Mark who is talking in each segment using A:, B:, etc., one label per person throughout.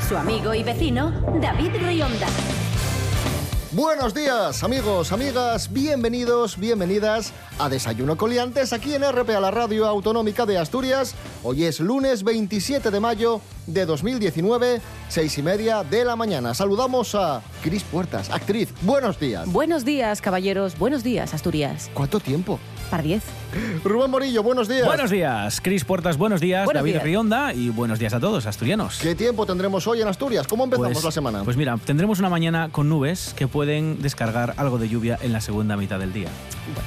A: Con
B: Su amigo y vecino, David Rionda.
C: Buenos días, amigos, amigas, bienvenidos, bienvenidas a Desayuno Coliantes aquí en RPA, la Radio Autonómica de Asturias. Hoy es lunes 27 de mayo de 2019, seis y media de la mañana. Saludamos a Cris Puertas, actriz. Buenos días.
D: Buenos días, caballeros. Buenos días, Asturias.
C: ¿Cuánto tiempo?
D: Par 10.
C: Rubén Morillo, buenos días.
E: Buenos días, Cris Puertas, buenos días,
D: Buenos
E: David
D: días.
E: Rionda y buenos días a todos, asturianos.
C: ¿Qué tiempo tendremos hoy en Asturias? ¿Cómo empezamos la semana?
E: Pues mira, tendremos una mañana con nubes que pueden descargar algo de lluvia en la segunda mitad del día.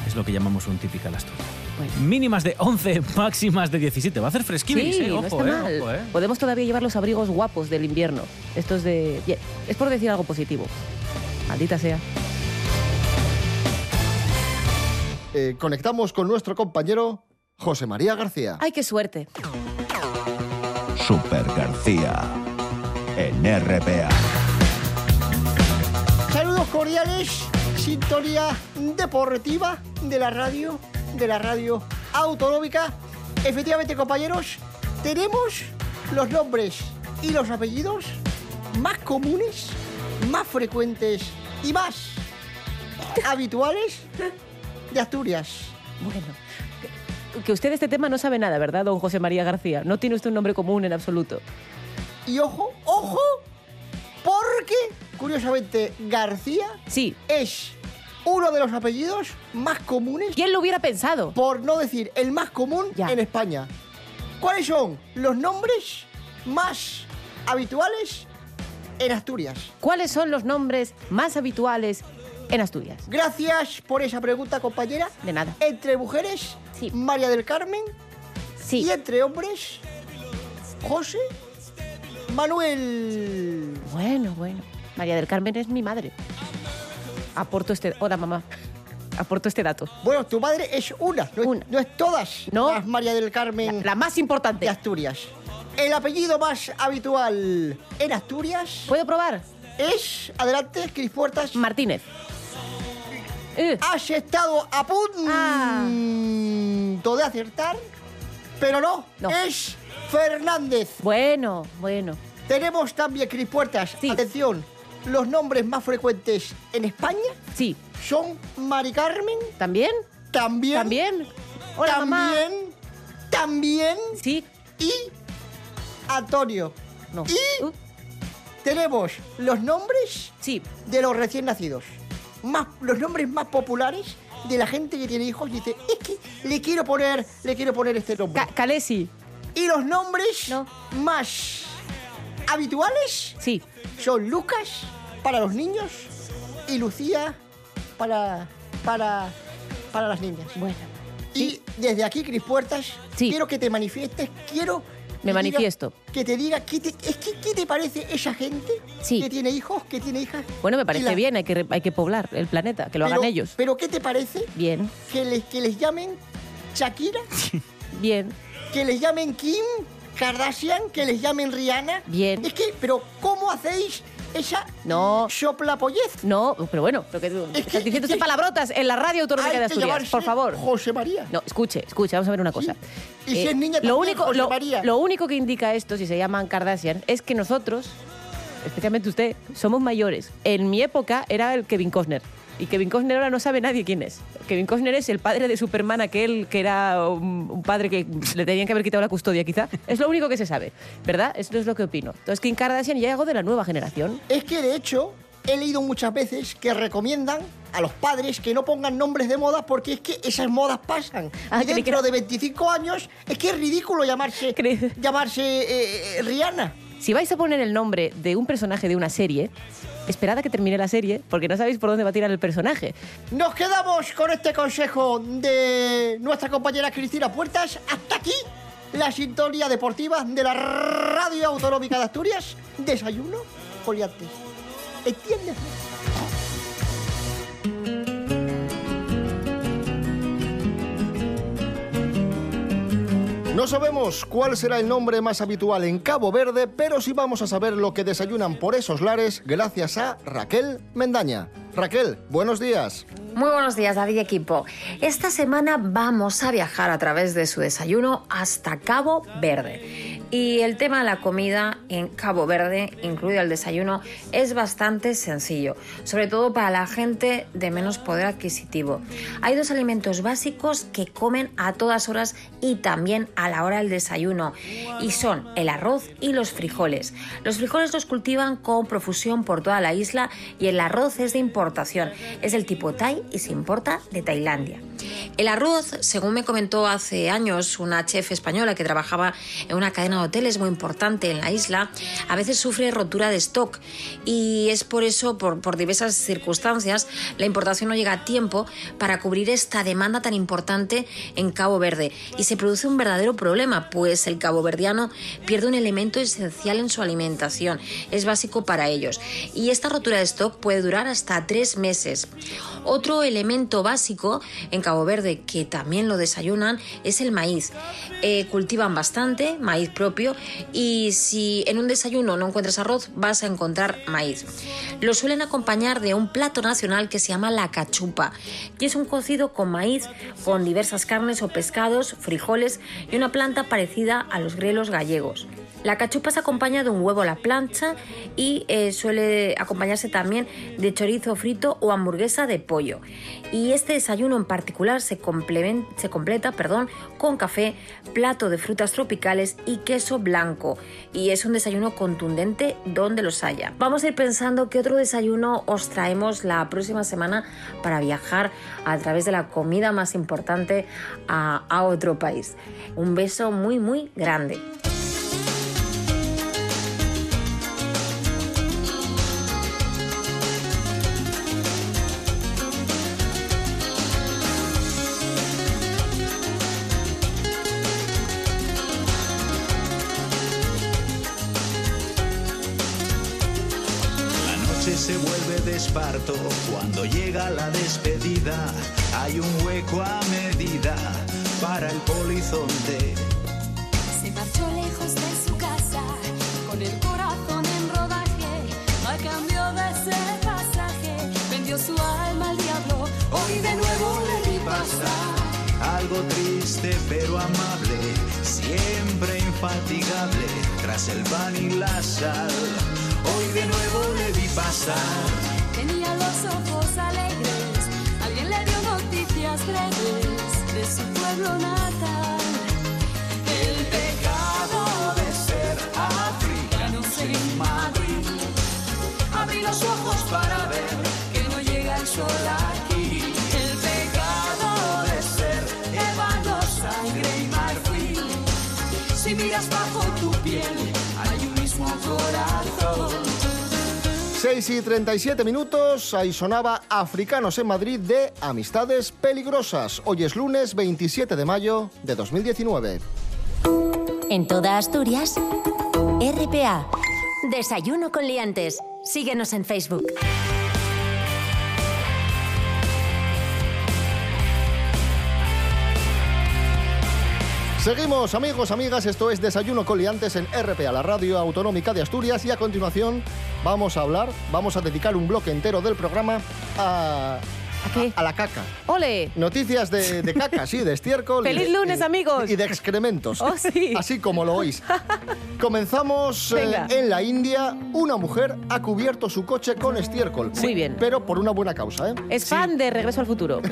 E: Es lo que llamamos un típico Asturias.
D: Bueno.
E: Mínimas de 11, máximas de 17. Va a hacer fresquibilis, eh,
D: no
E: ojo,
D: está
E: eh,
D: mal.
E: ojo, eh.
D: Podemos todavía llevar los abrigos guapos del invierno. Estos de... Bien, Es por decir algo positivo. Maldita sea.
C: Eh, conectamos con nuestro compañero José María García.
D: ¡Ay, qué suerte!
F: Super García en RPA.
G: Saludos cordiales, sintonía deportiva de la radio, de la radio autonómica. Efectivamente, compañeros, tenemos los nombres y los apellidos más comunes, más frecuentes y más habituales de Asturias.
D: Bueno. que- Que usted de este tema no sabe nada, ¿verdad, don José María García? No tiene usted un nombre común en absoluto.
G: Y ojo, ojo, porque, curiosamente, García
D: Sí.
G: es uno de los apellidos más comunes
D: ¿Quién lo hubiera pensado?
G: por no decir el más común
D: Ya.
G: en España. ¿Cuáles son los nombres más habituales en Asturias?
D: ¿Cuáles son los nombres más habituales en Asturias?
G: Gracias por esa pregunta, compañera.
D: De nada.
G: Entre mujeres,
D: Sí.
G: María del Carmen,
D: Sí.
G: y entre hombres, José, Manuel.
D: Bueno, bueno. María del Carmen es mi madre. Aporto este... Hola, mamá. Aporto este dato.
G: Bueno, tu madre es una, no, es-
D: Una.
G: no es todas
D: No.
G: las María del
D: La,
G: Carmen
D: la más importante.
G: de Asturias. El apellido más habitual en Asturias
D: ¿Puedo probar?
G: es, adelante, Cris Puertas.
D: Martínez. Eh,
G: Has estado a punto
D: Ah.
G: de acertar, pero no,
D: No.
G: es Fernández.
D: bueno, bueno.
G: Tenemos también, Cris Puertas,
D: Sí.
G: atención, los nombres más frecuentes en España
D: Sí.
G: son Mari Carmen,
D: ¿También?
G: también,
D: ¿También? Hola, mamá.
G: también, también
D: Sí.
G: y Antonio.
D: No.
G: Y-
D: Uh,
G: Tenemos los nombres
D: sí.
G: de los recién nacidos. Más, los nombres más populares de la gente que tiene hijos y dice, es que le quiero poner, le quiero poner este nombre.
D: Ca- Calesi.
G: Y los nombres
D: No.
G: más habituales
D: Sí.
G: son Lucas para los niños y Lucía para para para las niñas.
D: Bueno. sí.
G: Y desde aquí, Cris Puertas,
D: Sí.
G: quiero que te manifiestes, quiero... que
D: Me
G: digas-
D: manifiesto.
G: que te diga qué te, es que, qué te parece esa gente
D: Sí.
G: que tiene hijos, que tiene hijas.
D: Bueno, me
G: y
D: parece
G: la-
D: bien. Hay que, re- hay que poblar el planeta. Que lo
G: pero-
D: hagan ellos.
G: Pero ¿qué te parece
D: Bien.
G: que les, que les llamen Shakira,
D: Bien.
G: que les llamen Kim Kardashian, que les llamen Rihanna?
D: Bien.
G: Es que, pero ¿cómo hacéis esa
D: No.
G: soplapollez?
D: No, pero bueno. Lo que, estás diciendo
G: es que-
D: usted palabrotas en la radio autonómica
G: Hay
D: de
G: que
D: Asturias.
G: llamarse
D: Por favor.
G: José María.
D: No, escuche, escuche, vamos a ver una cosa. Eh,
G: Y si es niña
D: lo
G: también,
D: único,
G: José
D: lo,
G: María.
D: lo único que indica esto, si se llaman Kardashian, es que nosotros, especialmente usted, somos mayores. En mi época era el Kevin Costner. Y Kevin Costner ahora no sabe nadie quién es. Kevin Costner es el padre de Superman, aquel que era un, un padre que le tenían que haber quitado la custodia, quizá. Es lo único que se sabe, ¿verdad? Esto es lo que opino. Entonces, Kim Kardashian ya algo de la nueva generación.
G: Es que, de hecho, he leído muchas veces que recomiendan a los padres que no pongan nombres de moda porque es que esas modas pasan. y
D: Ah, creí que
G: dentro
D: era-
G: de 25 años es que es ridículo llamarse,
D: Creí-
G: llamarse eh, eh, Rihanna.
D: Si vais a poner el nombre de un personaje de una serie, esperad a que termine la serie, porque no sabéis por dónde va a tirar el personaje.
G: Nos quedamos con este consejo de nuestra compañera Cristina Puertas. Hasta aquí la sintonía deportiva de la Radio Autonómica de Asturias. Desayuno coliantes. ¿Entiendes?
C: No sabemos cuál será el nombre más habitual en Cabo Verde, pero sí vamos a saber lo que desayunan por esos lares gracias a Raquel Mendaña. Raquel, buenos días.
H: Muy buenos días, David y equipo. Esta semana vamos a viajar a través de su desayuno hasta Cabo Verde. Y el tema de la comida en Cabo Verde, incluido el desayuno, es bastante sencillo, sobre todo para la gente de menos poder adquisitivo. Hay dos alimentos básicos que comen a todas horas y también a la hora del desayuno, y son el arroz y los frijoles. Los frijoles los cultivan con profusión por toda la isla y el arroz es de importación, es del tipo Thai y se importa de Tailandia. El arroz, según me comentó hace años una chef española que trabajaba en una cadena de hoteles muy importante en la isla, a veces sufre rotura de stock y es por eso, por, por diversas circunstancias, la importación no llega a tiempo para cubrir esta demanda tan importante en Cabo Verde y se produce un verdadero problema, pues el caboverdiano pierde un elemento esencial en su alimentación, es básico para ellos y esta rotura de stock puede durar hasta tres meses. Otro elemento básico en Cabo Verde que también lo desayunan es el maíz. Eh, cultivan bastante maíz propio y si en un desayuno no encuentras arroz vas a encontrar maíz. Lo suelen acompañar de un plato nacional que se llama la cachupa y es un cocido con maíz con diversas carnes o pescados, frijoles y una planta parecida a los grelos gallegos. La cachupa se acompaña de un huevo a la plancha y eh, suele acompañarse también de chorizo frito o hamburguesa de pollo. Y este desayuno en particular se, complemen- se completa perdón, con café, plato de frutas tropicales y queso blanco. Y es un desayuno contundente donde los haya. Vamos a ir pensando qué otro desayuno os traemos la próxima semana para viajar a través de la comida más importante a, a otro país. Un beso muy, muy grande.
I: La noche se vuelve de esparto cuando llega la despedida. Hay un hueco a medida para el polizonte.
J: Se marchó lejos de su casa, con el corazón en rodaje. A cambio de ese pasaje, vendió su alma al diablo. Hoy de nuevo le vi pasar.
I: Algo triste pero amable, siempre infatigable, tras el pan y la sal. Hoy de nuevo le vi pasar.
J: Tenía los ojos alegres, alguien le dio noticias breves de su pueblo natal. El pecado de ser africano sin Madrid. Abrí los ojos para ver que no llega el sol aquí. El pecado de ser ébano, sangre y marfil. Si miras bajo tu piel, hay un mismo corazón.
C: 6 y 37 minutos, ahí sonaba Africanos en Madrid de Amistades Peligrosas. Hoy es lunes 27 de mayo de 2019.
K: En toda Asturias, RPA. Desayuno con liantes. Síguenos en Facebook.
C: Seguimos, amigos, amigas. Esto es Desayuno con Liantes en RPA, la radio autonómica de Asturias. Y a continuación vamos a hablar, vamos a dedicar un bloque entero del programa a. ¿A, a la caca.
D: ¡Ole!
C: Noticias de, de caca, sí, de estiércol. y
D: ¡Feliz
C: de-
D: lunes,
C: y-
D: amigos!
C: Y de excrementos.
D: Oh, sí.
C: Así como lo oís. Comenzamos eh,
D: Venga.
C: en la India. Una mujer ha cubierto su coche con estiércol.
D: Muy bien.
C: Pero por una buena causa, ¿eh?
D: Es fan de Regreso al Futuro.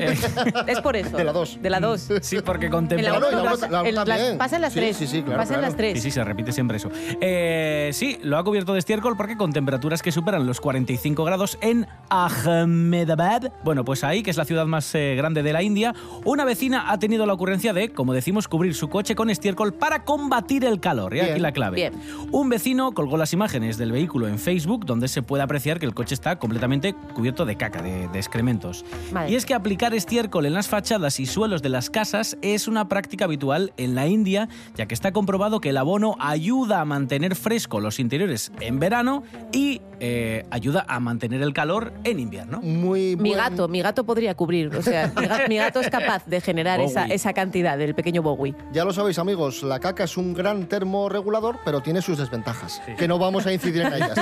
D: es por eso.
C: De la dos.
D: De la 2.
E: Sí, porque contempla...
D: En la
C: Claro, y
D: otra
C: la
D: pasa-
C: otra- la
D: en
C: otra
D: las-
C: también.
D: pasan las
C: Sí,
D: tres.
C: sí, sí, claro,
D: pasan
C: claro.
D: las tres.
E: Sí, sí, se repite siempre eso. Eh, sí, lo ha cubierto de estiércol porque con temperaturas que superan los 45 grados en Ahmedabad, bueno, pues Vasai, que es la ciudad más eh, grande de la India, una vecina ha tenido la ocurrencia de, como decimos, cubrir su coche con estiércol para combatir el calor. Y
D: Bien,
E: aquí la clave.
D: bien.
E: Un vecino colgó las imágenes del vehículo en Facebook, donde se puede apreciar que el coche está completamente cubierto de caca, de, de excrementos.
D: Madre.
E: Y es que aplicar estiércol en las fachadas y suelos de las casas es una práctica habitual en la India, ya que está comprobado que el abono ayuda a mantener fresco los interiores en verano y eh, ayuda a mantener el calor en invierno.
C: Muy
D: Mi gato, mi gato podría cubrir. O sea, mi, ga- mi gato es capaz de generar esa,
C: Bowie.
D: esa cantidad del pequeño Bowie.
C: Ya lo sabéis, amigos, la caca es un gran termorregulador, pero tiene sus desventajas, que no vamos a incidir en ellas.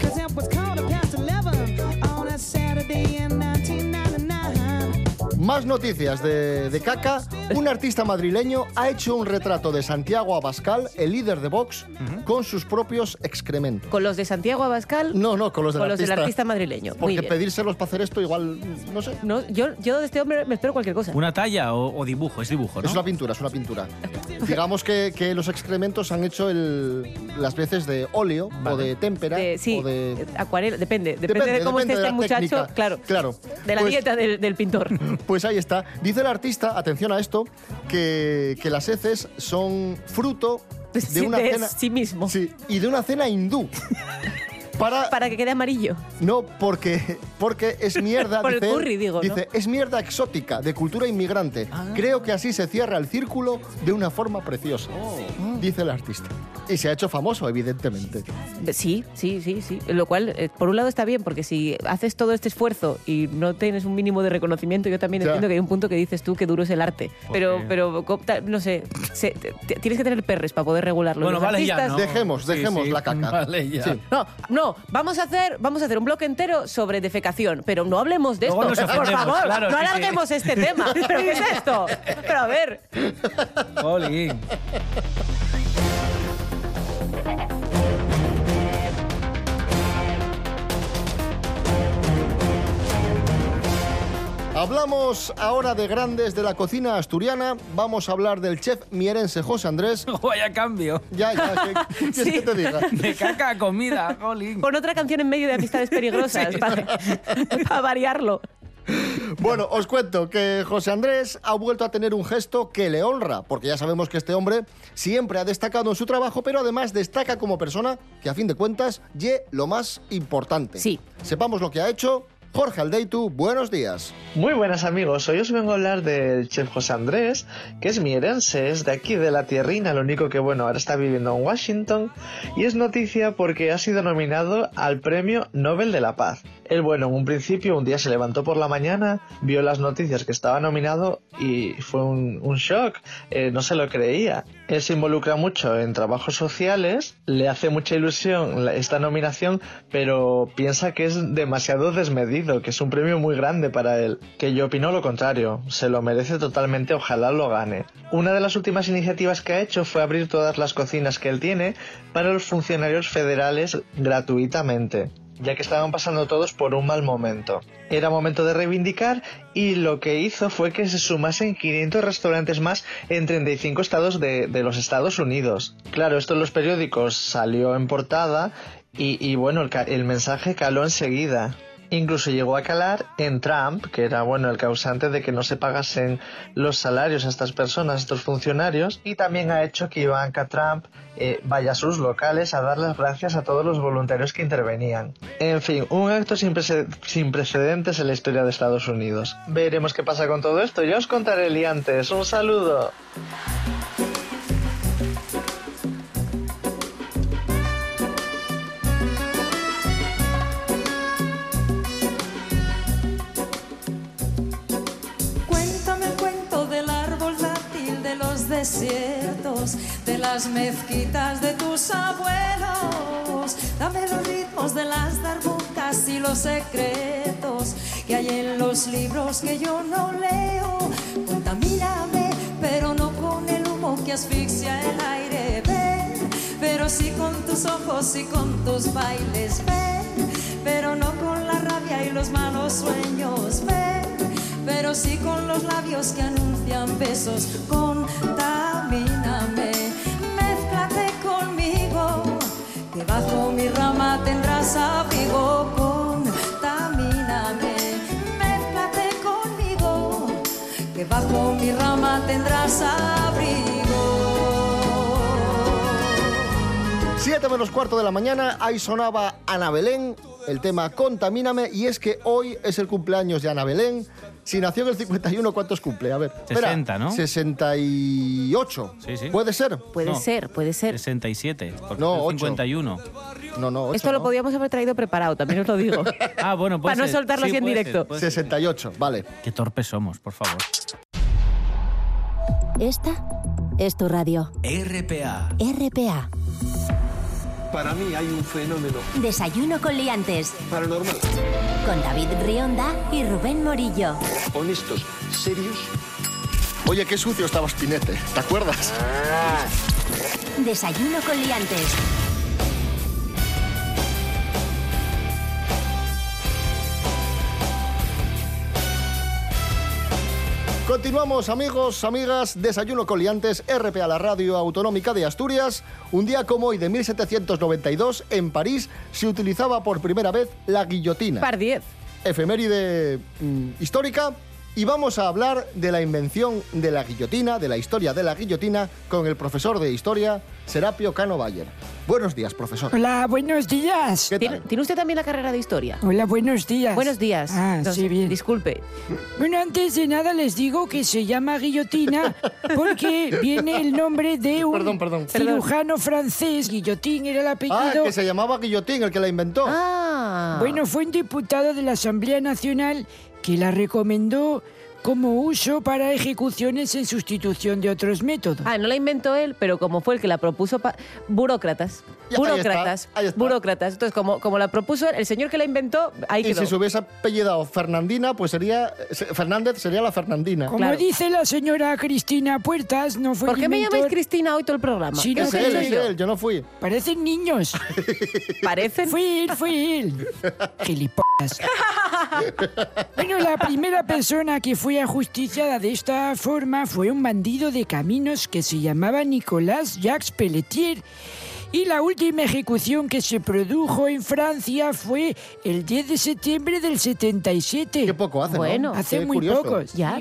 J: Cause it was quarter past 11 on a Saturday in 1999.
C: Más noticias de, de caca. Un artista madrileño ha hecho un retrato de Santiago Abascal, el líder de Vox, con sus propios excrementos.
D: Con los de Santiago Abascal.
C: No, no, con los del
D: Con los del
C: artista.
D: artista madrileño. Muy
C: Porque
D: bien.
C: pedírselos para hacer esto igual, no sé.
D: No, yo, yo de este hombre me espero cualquier cosa.
E: Una talla o, o dibujo, es dibujo, ¿no?
C: Es una pintura, es una pintura. Digamos que, que los excrementos han hecho el- las veces de óleo o de témpera
D: De- sí,
C: o de...
D: acuarela, depende, depende, de cómo
C: depende
D: esté
C: de
D: este
C: la
D: muchacho,
C: técnica.
D: claro,
C: Claro.
D: de la
C: Pues-
D: dieta del, del pintor.
C: Pues ahí está. Dice el artista, atención a esto, que, que las heces son fruto de
D: Sí,
C: una
D: de
C: cena...
D: sí mismo.
C: Sí, y de una cena hindú. Para,
D: Para que quede amarillo.
C: no, porque, porque es mierda.
D: Por el
C: dice él.
D: curry, digo, ¿no? Ah.
C: Dice, es mierda exótica, de cultura inmigrante. Creo que así se cierra el círculo de una forma preciosa,
D: Oh.
C: dice el artista. Y se ha hecho famoso, evidentemente.
D: Sí, sí, sí, sí. Lo cual, eh, por un lado está bien, porque si haces todo este esfuerzo y no tienes un mínimo de reconocimiento, yo también
C: Ya.
D: entiendo que hay un punto que dices tú que duro es el arte. Pero, pero co- ta- no sé, se- te- te- tienes que tener perres para poder regularlo.
E: Bueno,
D: Los
E: vale ya,
D: artistas-
E: ¿no?
C: Dejemos,
E: Sí,
C: dejemos
E: sí,
C: la caca.
E: vale ya.
C: Sí.
D: No, no, vamos a hacer, vamos a hacer un bloque entero sobre defecación, pero no hablemos de
E: Luego
D: esto.
E: nos
D: por
E: ofendemos,
D: favor,
E: claro,
D: no
E: sí, sí.
D: alarguemos este tema. ¿Pero qué es esto? Pero a ver.
E: Jolín.
C: Hablamos ahora de grandes de la cocina asturiana. Vamos a hablar del chef mierense José Andrés.
E: Vaya cambio.
C: Ya, ya, ¿qué, qué
D: Sí.
C: es que te diga?
E: De caca a comida, jolín.
D: Con otra canción en medio de amistades peligrosas para, para variarlo.
C: Bueno, os cuento que José Andrés ha vuelto a tener un gesto que le honra, porque ya sabemos que este hombre siempre ha destacado en su trabajo, pero además destaca como persona que a fin de cuentas ye lo más importante.
D: Sí.
C: Sepamos lo que ha hecho. Jorge Aldeitu, buenos días.
L: Muy buenas amigos, hoy os vengo a hablar del chef José Andrés, que es mierense, es de aquí de la tierrina, lo único que bueno, ahora está viviendo en Washington y es noticia porque ha sido nominado al Premio Nobel de la Paz. Él bueno, en un principio un día se levantó por la mañana, vio las noticias que estaba nominado y fue un, un shock, eh, no se lo creía. Él se involucra mucho en trabajos sociales, le hace mucha ilusión la- esta nominación, pero piensa que es demasiado desmedido, que es un premio muy grande para él. Que yo opino lo contrario, se lo merece totalmente, ojalá lo gane. Una de las últimas iniciativas que ha hecho fue abrir todas las cocinas que él tiene para los funcionarios federales gratuitamente ya que estaban pasando todos por un mal momento. Era momento de reivindicar y lo que hizo fue que se sumasen 500 restaurantes más en 35 estados de, de los Estados Unidos. Claro, esto en los periódicos salió en portada y, y bueno, el, ca- el mensaje caló enseguida. Incluso llegó a calar en Trump, que era bueno el causante de que no se pagasen los salarios a estas personas, a estos funcionarios, y también ha hecho que Ivanka Trump eh, vaya a sus locales a dar las gracias a todos los voluntarios que intervenían. En fin, un acto sin, prece- sin precedentes en la historia de Estados Unidos. Veremos qué pasa con todo esto. Yo os contaré liantes. Un saludo.
J: Cuéntame el cuento del árbol dátil de los desiertos, de las mezquitas de tus abuelos. Dame los ritmos de las darbucas y los secretos que hay en los libros que yo no leo. Contamíname, pero no con el humo que asfixia el aire. Ven, pero sí con tus ojos y con tus bailes. Ven, pero no con la rabia y los malos sueños. Ven pero sí con los labios que anuncian besos. Contamíname, mézclate conmigo, que bajo mi rama tendrás abrigo. alma tendrás abrigo.
C: 7 menos cuarto de la mañana, ahí sonaba Ana Belén, el tema Contamíname, y es que hoy es el cumpleaños de Ana Belén. Si nació en el 51, ¿cuántos cumple? A ver. espera.
E: 60, ¿no?
C: 68.
E: Sí, sí.
C: ¿Puede ser?
D: Puede ser, puede ser.
E: 67, porque
C: No,
E: es el
C: ocho.
E: 51.
C: No, no, ocho,
D: Esto lo
C: ¿no?
D: podíamos haber traído preparado, también os lo digo.
E: Ah, bueno, puede
D: Para no
E: ser.
D: soltarlo
E: Sí,
D: así en
E: puede ser,
D: directo.
E: puede ser.
C: 68, vale.
E: Qué torpes somos, por favor.
K: Esta es tu radio.
E: RPA.
K: RPA.
M: Para mí hay un fenómeno
K: Desayuno con liantes.
M: paranormal.
K: Con David Rionda y Rubén Morillo.
M: Honestos, serios.
C: Oye, qué sucio estaba Spinete, ¿te acuerdas?
K: Desayuno con liantes.
C: Continuamos, amigos, amigas, Desayuno con Liantes, RPA, la radio autonómica de Asturias. Un día como hoy de 1792, en París, se utilizaba por primera vez la guillotina.
D: Par 10.
C: Efeméride mm, histórica. Y vamos a hablar de la invención de la guillotina, de la historia de la guillotina, con el profesor de historia, Serapio Cano Bayer. Buenos días, profesor.
N: Hola, buenos días.
D: ¿Tiene, tiene usted también la carrera de historia?
N: Hola, buenos días.
D: Buenos días.
N: Ah,
D: Entonces,
N: sí, bien.
D: Disculpe.
N: Bueno, antes de nada les digo que se llama guillotina porque viene el nombre de un
C: Perdón, perdón.
N: cirujano francés. Guillotín era el
C: Ah,
N: apellido.
C: que se llamaba guillotín, el que la inventó.
D: Ah.
N: Bueno, fue un diputado de la Asamblea Nacional que la recomendó como uso para ejecuciones en sustitución de otros métodos.
D: Ah, no la inventó él, pero como fue el que la propuso, pa- burócratas.
N: Ya, ahí
D: Burócratas.
N: está, ahí está.
D: Burócratas. Entonces, como, como la propuso él, el señor que la inventó, ahí
C: y
D: quedó.
C: si se hubiese apellidado Fernandina, pues sería. se- Fernández sería la Fernandina.
N: Como dice la señora Cristina Puertas, no fue
D: ¿Por qué me llamáis Cristina hoy todo el programa?
N: Sí,
D: ¿Qué
N: no
D: os
N: sé,
D: he
N: es
D: hecho yo?
N: él.
C: Yo no fui.
N: Parecen niños.
D: ¿Parecen?
N: Fui él, fui él. Gilipollas. Bueno, la primera persona que fue ajusticiada de esta forma fue un bandido de caminos que se llamaba Nicolas Jacques Pelletier. Y la última ejecución que se produjo en Francia fue el 10 de septiembre del 77. Qué
C: poco hace,
D: ¿no? Bueno.
N: hace
D: Qué
N: muy
D: curioso.
N: poco. sí.
D: Ya.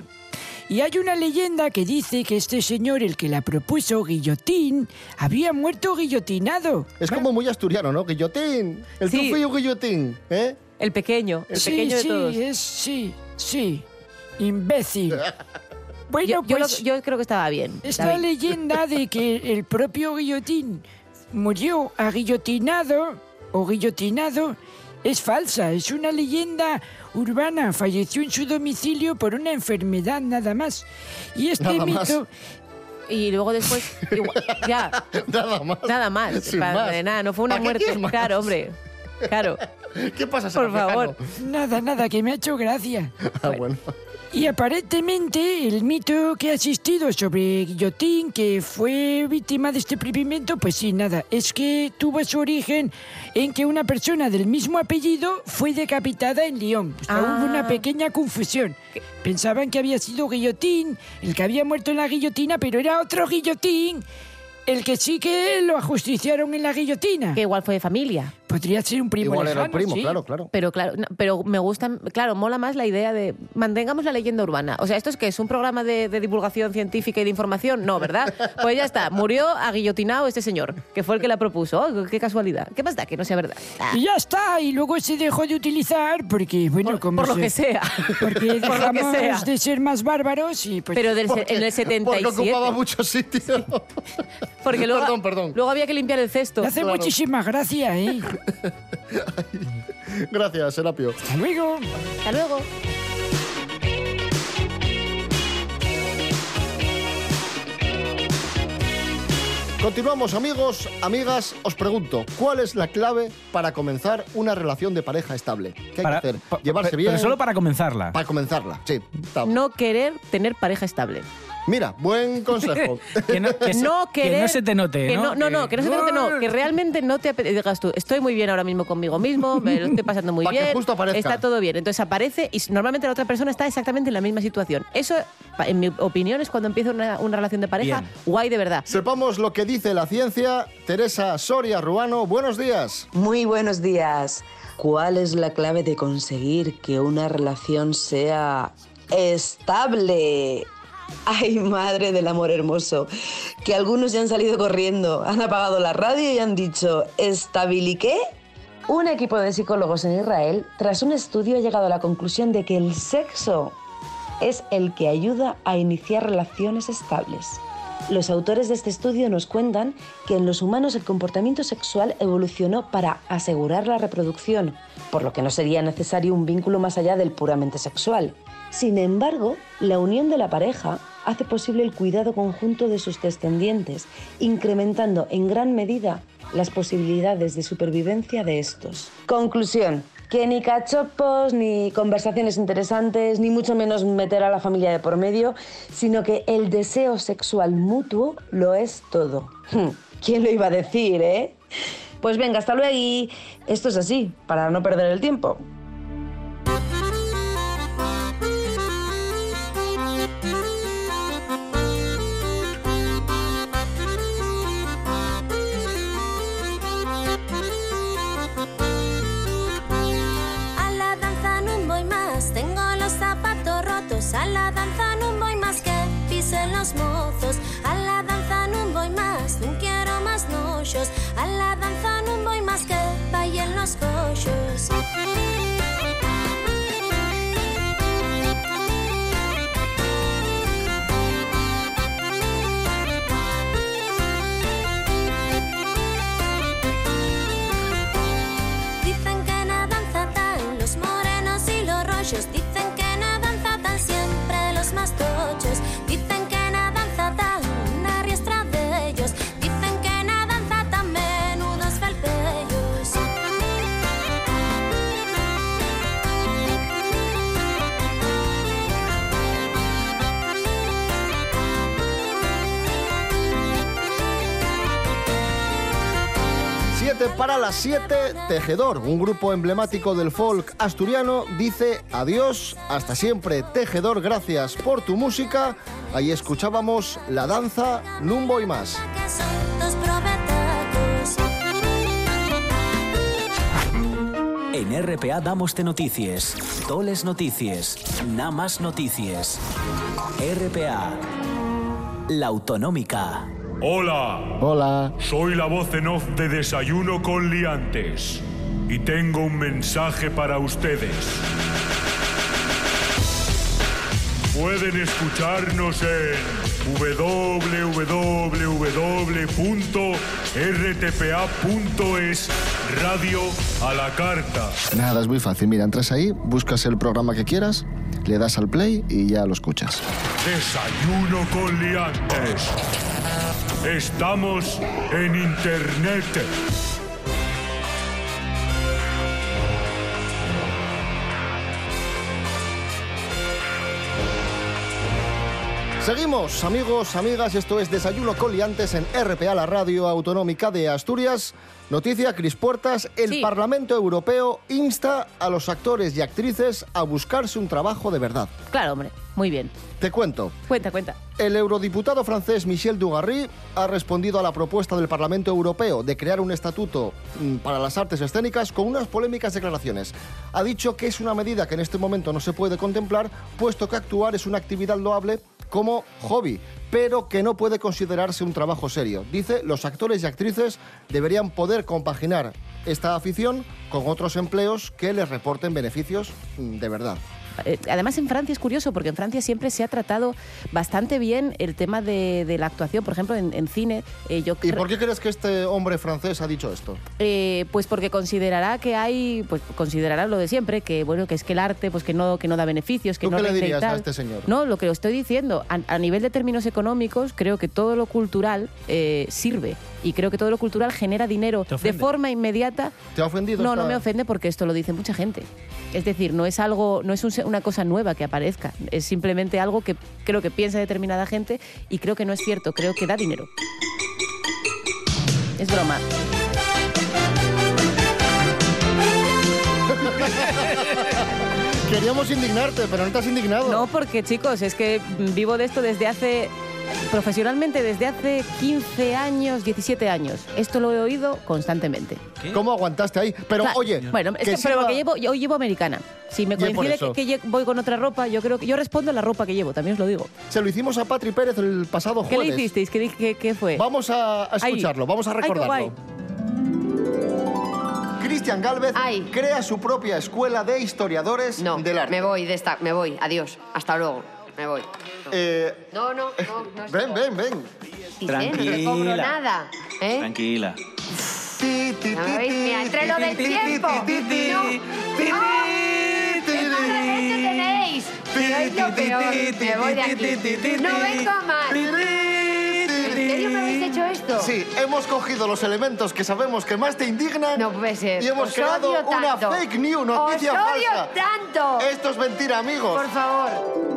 N: Y hay una leyenda que dice que este señor, el que la propuso guillotín, había muerto guillotinado.
C: Es como muy asturiano, ¿no? Guillotín. El
N: Sí.
C: tufillo guillotín, ¿eh?
D: El pequeño, el
N: sí,
D: pequeño de
N: sí,
D: todos.
N: es- sí, sí. Imbécil. Bueno,
D: yo,
N: pues
D: lo- yo creo que estaba bien.
N: esta
D: David.
N: leyenda de que el propio guillotín murió aguillotinado o guillotinado es falsa, es una leyenda urbana. Falleció en su domicilio por una enfermedad nada más. Y este
D: Nada más.
N: mito
D: Y luego después, igual- ya.
C: Nada más.
D: Nada más.
N: Sin
D: Pa-
N: más.
D: de nada, no fue una
N: ¿Para qué
D: muerte.
N: quieres más?
D: Claro, hombre. Claro.
C: ¿Qué pasa,
D: Por favor.
N: Nada, nada, que me ha hecho gracia.
C: Ah, bueno.
N: Y aparentemente el mito que ha existido sobre Guillotín, que fue víctima de este prohibimiento, pues sí, nada, es que tuvo su origen en que una persona del mismo apellido fue decapitada en Lyon. O sea,
D: Ah.
N: Hubo una pequeña confusión. Pensaban que había sido Guillotín, el que había muerto en la guillotina, pero era otro Guillotín. El que sí que lo ajusticiaron en la guillotina. Que
D: igual fue de familia.
N: Podría ser un primo lejano, sí.
D: Pero claro, no, pero me gusta, claro, mola más la idea de mantengamos la leyenda urbana. O sea, esto es que es un programa de, de divulgación científica y de información, no, ¿verdad? Pues ya está, murió aguillotinado este señor, que fue el que la propuso. Oh, qué casualidad. ¿Qué más da que no sea verdad? Ah,
N: Y ya está, y luego se dejó de utilizar porque, bueno, como
D: por lo
N: se-
D: que sea.
N: Porque
D: Por lo que
N: dejamos
D: sea.
N: de ser más bárbaros y pues...
D: Pero del se- en el 77.
C: mucho sitio.
D: Porque luego,
N: Perdón,
D: luego había que limpiar el cesto.
N: Me hace muchísima gracia, ¿eh?
C: Gracias, Serapio.
N: Hasta luego.
D: Hasta luego.
C: Continuamos, amigos, amigas. Os pregunto, ¿cuál es la clave para comenzar una relación de pareja estable? ¿Qué hay
E: Para-
C: que hacer?
E: pa-
C: Llevarse
E: pe-
C: bien.
E: Pero solo para comenzarla.
C: Para comenzarla, sí. Está-
D: No querer tener pareja estable.
C: Mira, buen consejo.
E: Que no, que se- que no se te note,
D: que
E: ¿no?
D: No, no, no,
E: Que-
D: que no se te note, no. Que realmente no te apetece. Digas tú, estoy muy bien ahora mismo conmigo mismo, me lo estoy pasando muy
C: Pa' que
D: bien.
C: justo aparezca.
D: Está todo bien. Entonces aparece y normalmente la otra persona está exactamente en la misma situación. Eso, pa- en mi opinión, es cuando empieza una, una relación de pareja
C: Bien.
D: guay de verdad.
C: Sepamos lo que dice la ciencia. Teresa Soria Ruano, buenos días.
O: Muy buenos días. ¿Cuál es la clave de conseguir que una relación sea estable? Ay, madre del amor hermoso, que algunos ya han salido corriendo, han apagado la radio y han dicho, ¿estabiliqué? Un equipo de psicólogos en Israel, tras un estudio, ha llegado a la conclusión de que el sexo es el que ayuda a iniciar relaciones estables. Los autores de este estudio nos cuentan que en los humanos el comportamiento sexual evolucionó para asegurar la reproducción, por lo que no sería necesario un vínculo más allá del puramente sexual. Sin embargo, la unión de la pareja hace posible el cuidado conjunto de sus descendientes, incrementando en gran medida las posibilidades de supervivencia de estos. Conclusión. Que ni cachopos, ni conversaciones interesantes, ni mucho menos meter a la familia de por medio, sino que el deseo sexual mutuo lo es todo. Hmm, ¿Quién lo iba a decir, eh? Pues venga, hasta luego. y Esto es así, para no perder el tiempo.
J: A la danza no voy más, tengo los zapatos rotos. A la danza no voy más que pisen los mozos. A la danza no voy más, no quiero más nochos. A la danza no voy más que vayan los cochos. Dicen que no danza tan los morenos y los rollos. Dicen que no danza tan siempre los más tochos. Dicen que no danza tan una riestra de ellos. Dicen que no danza tan menudos felpellos.
C: Siete para las 7, Tejedor, un grupo emblemático del folk asturiano, dice adiós, hasta siempre, Tejedor, gracias por tu música. Ahí escuchábamos la danza Numbo y más.
J: Que son dos probetacos.
P: En RPA damoste noticias, toles noticias, nada más noticias. RPA, la autonómica.
A: Hola,
C: Hola.
A: soy la voz en off de Desayuno con Liantes y tengo un mensaje para ustedes. Pueden escucharnos en www.rtpa.es Radio a la Carta.
C: Nada, es muy fácil. Mira, entras ahí, buscas el programa que quieras, le das al play y ya lo escuchas.
A: Desayuno con liantes. Estamos en internet.
C: Seguimos, amigos, amigas. Esto es Desayuno con Liantes en RPA, la radio autonómica de Asturias. Noticia, Cris Puertas. El Parlamento Europeo insta a los actores y actrices a buscarse un trabajo de verdad.
D: Claro, hombre, muy bien.
C: Te cuento.
D: Cuenta, cuenta.
C: El eurodiputado francés Michel Dugarry ha respondido a la propuesta del Parlamento Europeo de crear un estatuto mm, para las artes escénicas con unas polémicas declaraciones. Ha dicho que es una medida que en este momento no se puede contemplar, puesto que actuar es una actividad loable como hobby, pero que no puede considerarse un trabajo serio. Dice, los actores y actrices deberían poder compaginar esta afición con otros empleos que les reporten beneficios mm, de verdad.
D: Eh, Además en Francia es curioso porque en Francia siempre se ha tratado bastante bien el tema de, de la actuación, por ejemplo en, en cine. eh, yo
C: ¿Y
D: cre-
C: por qué crees que este hombre francés ha dicho esto?
D: Eh, pues porque considerará que hay, pues considerará lo de siempre, que bueno, que es que el arte, pues que no, que no da beneficios, que
C: ¿Tú
D: no
C: qué le
D: renta y
C: dirías a
D: tal.
C: este señor?
D: No, lo que os estoy diciendo, a, a nivel de términos económicos, creo que todo lo cultural eh, sirve y creo que todo lo cultural genera dinero de forma inmediata.
C: ¿Te ha ofendido?
D: No,
C: esta-
D: no me ofende porque esto lo dice mucha gente. Es decir, no es algo, no es un se- una cosa nueva que aparezca, es simplemente algo que creo que piensa determinada gente y creo que no es cierto, creo que da dinero. Es broma.
C: Queríamos indignarte, pero no te has indignado.
D: No, porque chicos, es que vivo de esto desde hace Profesionalmente desde hace 15 años, 17 años. Esto lo he oído constantemente.
C: ¿Cómo aguantaste ahí? Pero
D: Claro.
C: oye,
D: Bueno, es que, pero
C: Seba-
D: porque llevo, yo hoy llevo americana. Si me
C: Ya por
D: coincide
C: eso.
D: que, que lle- voy con otra ropa, yo creo que yo respondo a la ropa que llevo, también os lo digo.
C: Se lo hicimos a Patri Pérez el pasado
D: ¿Qué
C: jueves.
D: le hicisteis? ¿Qué, di- qué- qué fue?
C: Vamos a, a
D: Ahí.
C: escucharlo, vamos a
D: Ay, qué
C: recordarlo.
D: guay.
C: Cristian Galvez crea su propia escuela de historiadores del arte.
Q: Me voy de esta, me voy, adiós, hasta luego, me voy.
C: Eh,
Q: No, no, no, no es-
C: ven, ven, ven.
Q: Dice, no te cobro nada, ¿eh?
E: Tranquila.
Q: Ya me veis, Mira, entre lo del tiempo. No. ¡Ah! ¡Qué mala leche tenéis! Sois lo peor. Me voy de aquí. No vengo más. ¿En serio me habéis hecho esto?
C: Sí, hemos cogido los elementos que sabemos que más te indignan y hemos
Q: Os
C: creado
Q: odio
C: una
Q: tanto.
C: fake news, noticia
Q: Os odio
C: falsa.
Q: tanto.
C: Esto es mentira, amigos.
Q: Por favor.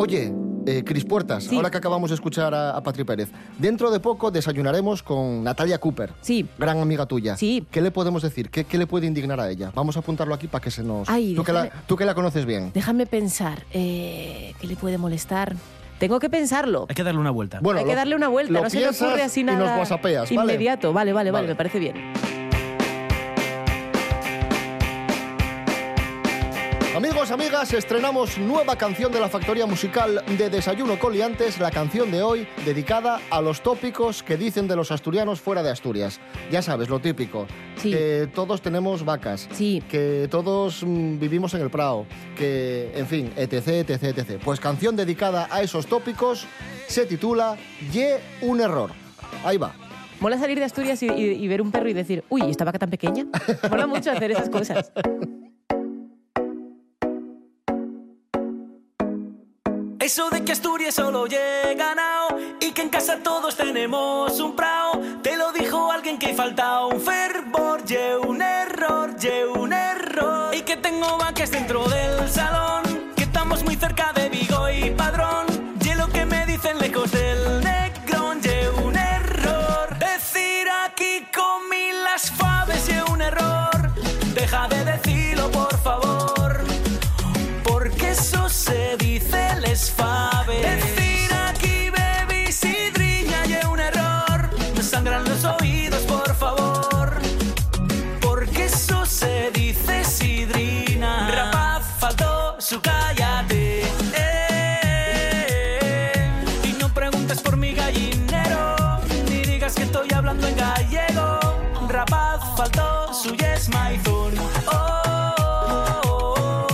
C: Oye, eh, Cris Puertas, ahora que acabamos de escuchar a, a Patri Pérez, dentro de poco desayunaremos con Natalia Cooper.
D: Sí.
C: Gran amiga tuya.
D: Sí.
C: ¿Qué le podemos decir? ¿Qué, qué le puede indignar a ella? Vamos a apuntarlo aquí para que se nos...
D: Ay,
C: tú, que la,
D: déjame-
C: tú que la conoces bien.
D: Déjame pensar, eh, ¿qué le puede molestar? Tengo que pensarlo.
E: Hay que darle una vuelta.
C: Bueno,
D: Hay que
C: lo-
D: darle una vuelta,
C: lo
D: no se le
C: piensas
D: ocurre así
C: y nos
D: nada.
C: whatsappeas, ¿vale?
D: inmediato, vale, vale, vale,
C: Vale.
D: me parece bien.
C: Amigos, amigas, estrenamos nueva canción de la factoría musical de Desayuno Coliantes, la canción de hoy dedicada a los tópicos que dicen de los asturianos fuera de Asturias. Ya sabes, lo típico. Que todos tenemos vacas. Que todos mm, vivimos en el Prado. Que, en fin, etc, etc, etc. Pues canción dedicada a esos tópicos se titula Ye un error. Ahí va.
D: Mola salir de Asturias y, y- y ver un perro y decir, uy, ¿esta vaca tan pequeña? Mola mucho hacer esas cosas.
R: Eso de que Asturias solo llega ganado y que en casa todos tenemos un prao, te lo dijo alguien que falta un fervor, ye un error, ye un error. Y que tengo vacas dentro del salón, que estamos muy cerca de Vigo y Padrón, ye lo que me dicen lejos del Negrón, ye un error. Decir aquí comí las faves, ye un error. Deja de decirlo, por favor. Porque eso se dice les faves. Decir aquí bebí sidrilla y es un error. Me sangran los oídos, por favor. Porque eso se dice sidrina. Rapaz, faltó su cállate. Eh. Y no preguntes por mi gallinero. Ni digas que estoy hablando en gallego. Rapaz, faltó su yes, maizón. Oh, oh, oh.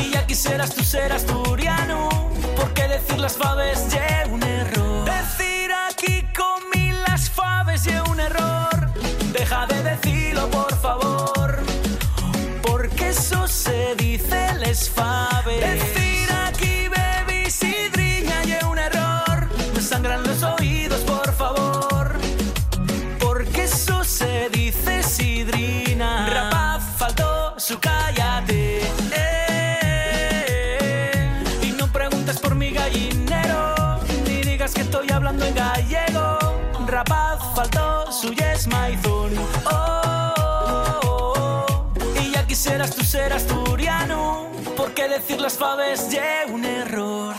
R: Y ya quisieras tú ser asturiano Porque decir las faves es un error Decir aquí comí las faves es un error Deja de decirlo por favor Porque eso se dice les faves Decir aquí bebí sidriña y es un error Me sangran los oídos por favor porque eso se dice sidrina. Rapaz, faltó su cállate. eh. Y no preguntes por mi gallinero, ni digas que estoy hablando en gallego. Rapaz, faltó su yes, maizón. Oh, oh, oh, oh. Y ya quisieras tú ser asturiano, porque decir las faves es un error.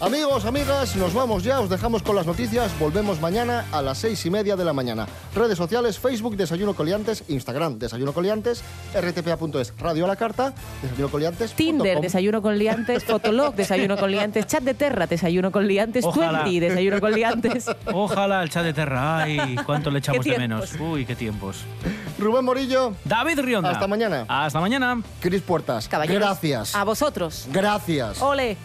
C: Amigos, amigas, nos vamos ya, os dejamos con las noticias, volvemos mañana a las seis y media de la mañana. Redes sociales, Facebook, Desayuno Coliantes, Instagram, Desayuno Coliantes, rtpa.es, Radio a la Carta, Desayuno Coliantes.
D: Tinder, desayuno con liantes, Fotolog, desayuno con liantes, chat de Terra, desayuno con liantes,
E: Ojalá.
D: Twenty, desayuno con liantes.
E: Ojalá el chat de Terra. Ay, cuánto le echamos
D: Qué
E: de
D: tiempos.
E: menos. Uy, qué tiempos.
C: Rubén Morillo.
E: David Rionda.
C: Hasta mañana.
E: Hasta mañana.
C: Cris Puertas.
D: Caballeros,
C: Gracias.
D: A vosotros.
C: Gracias.
D: Ole.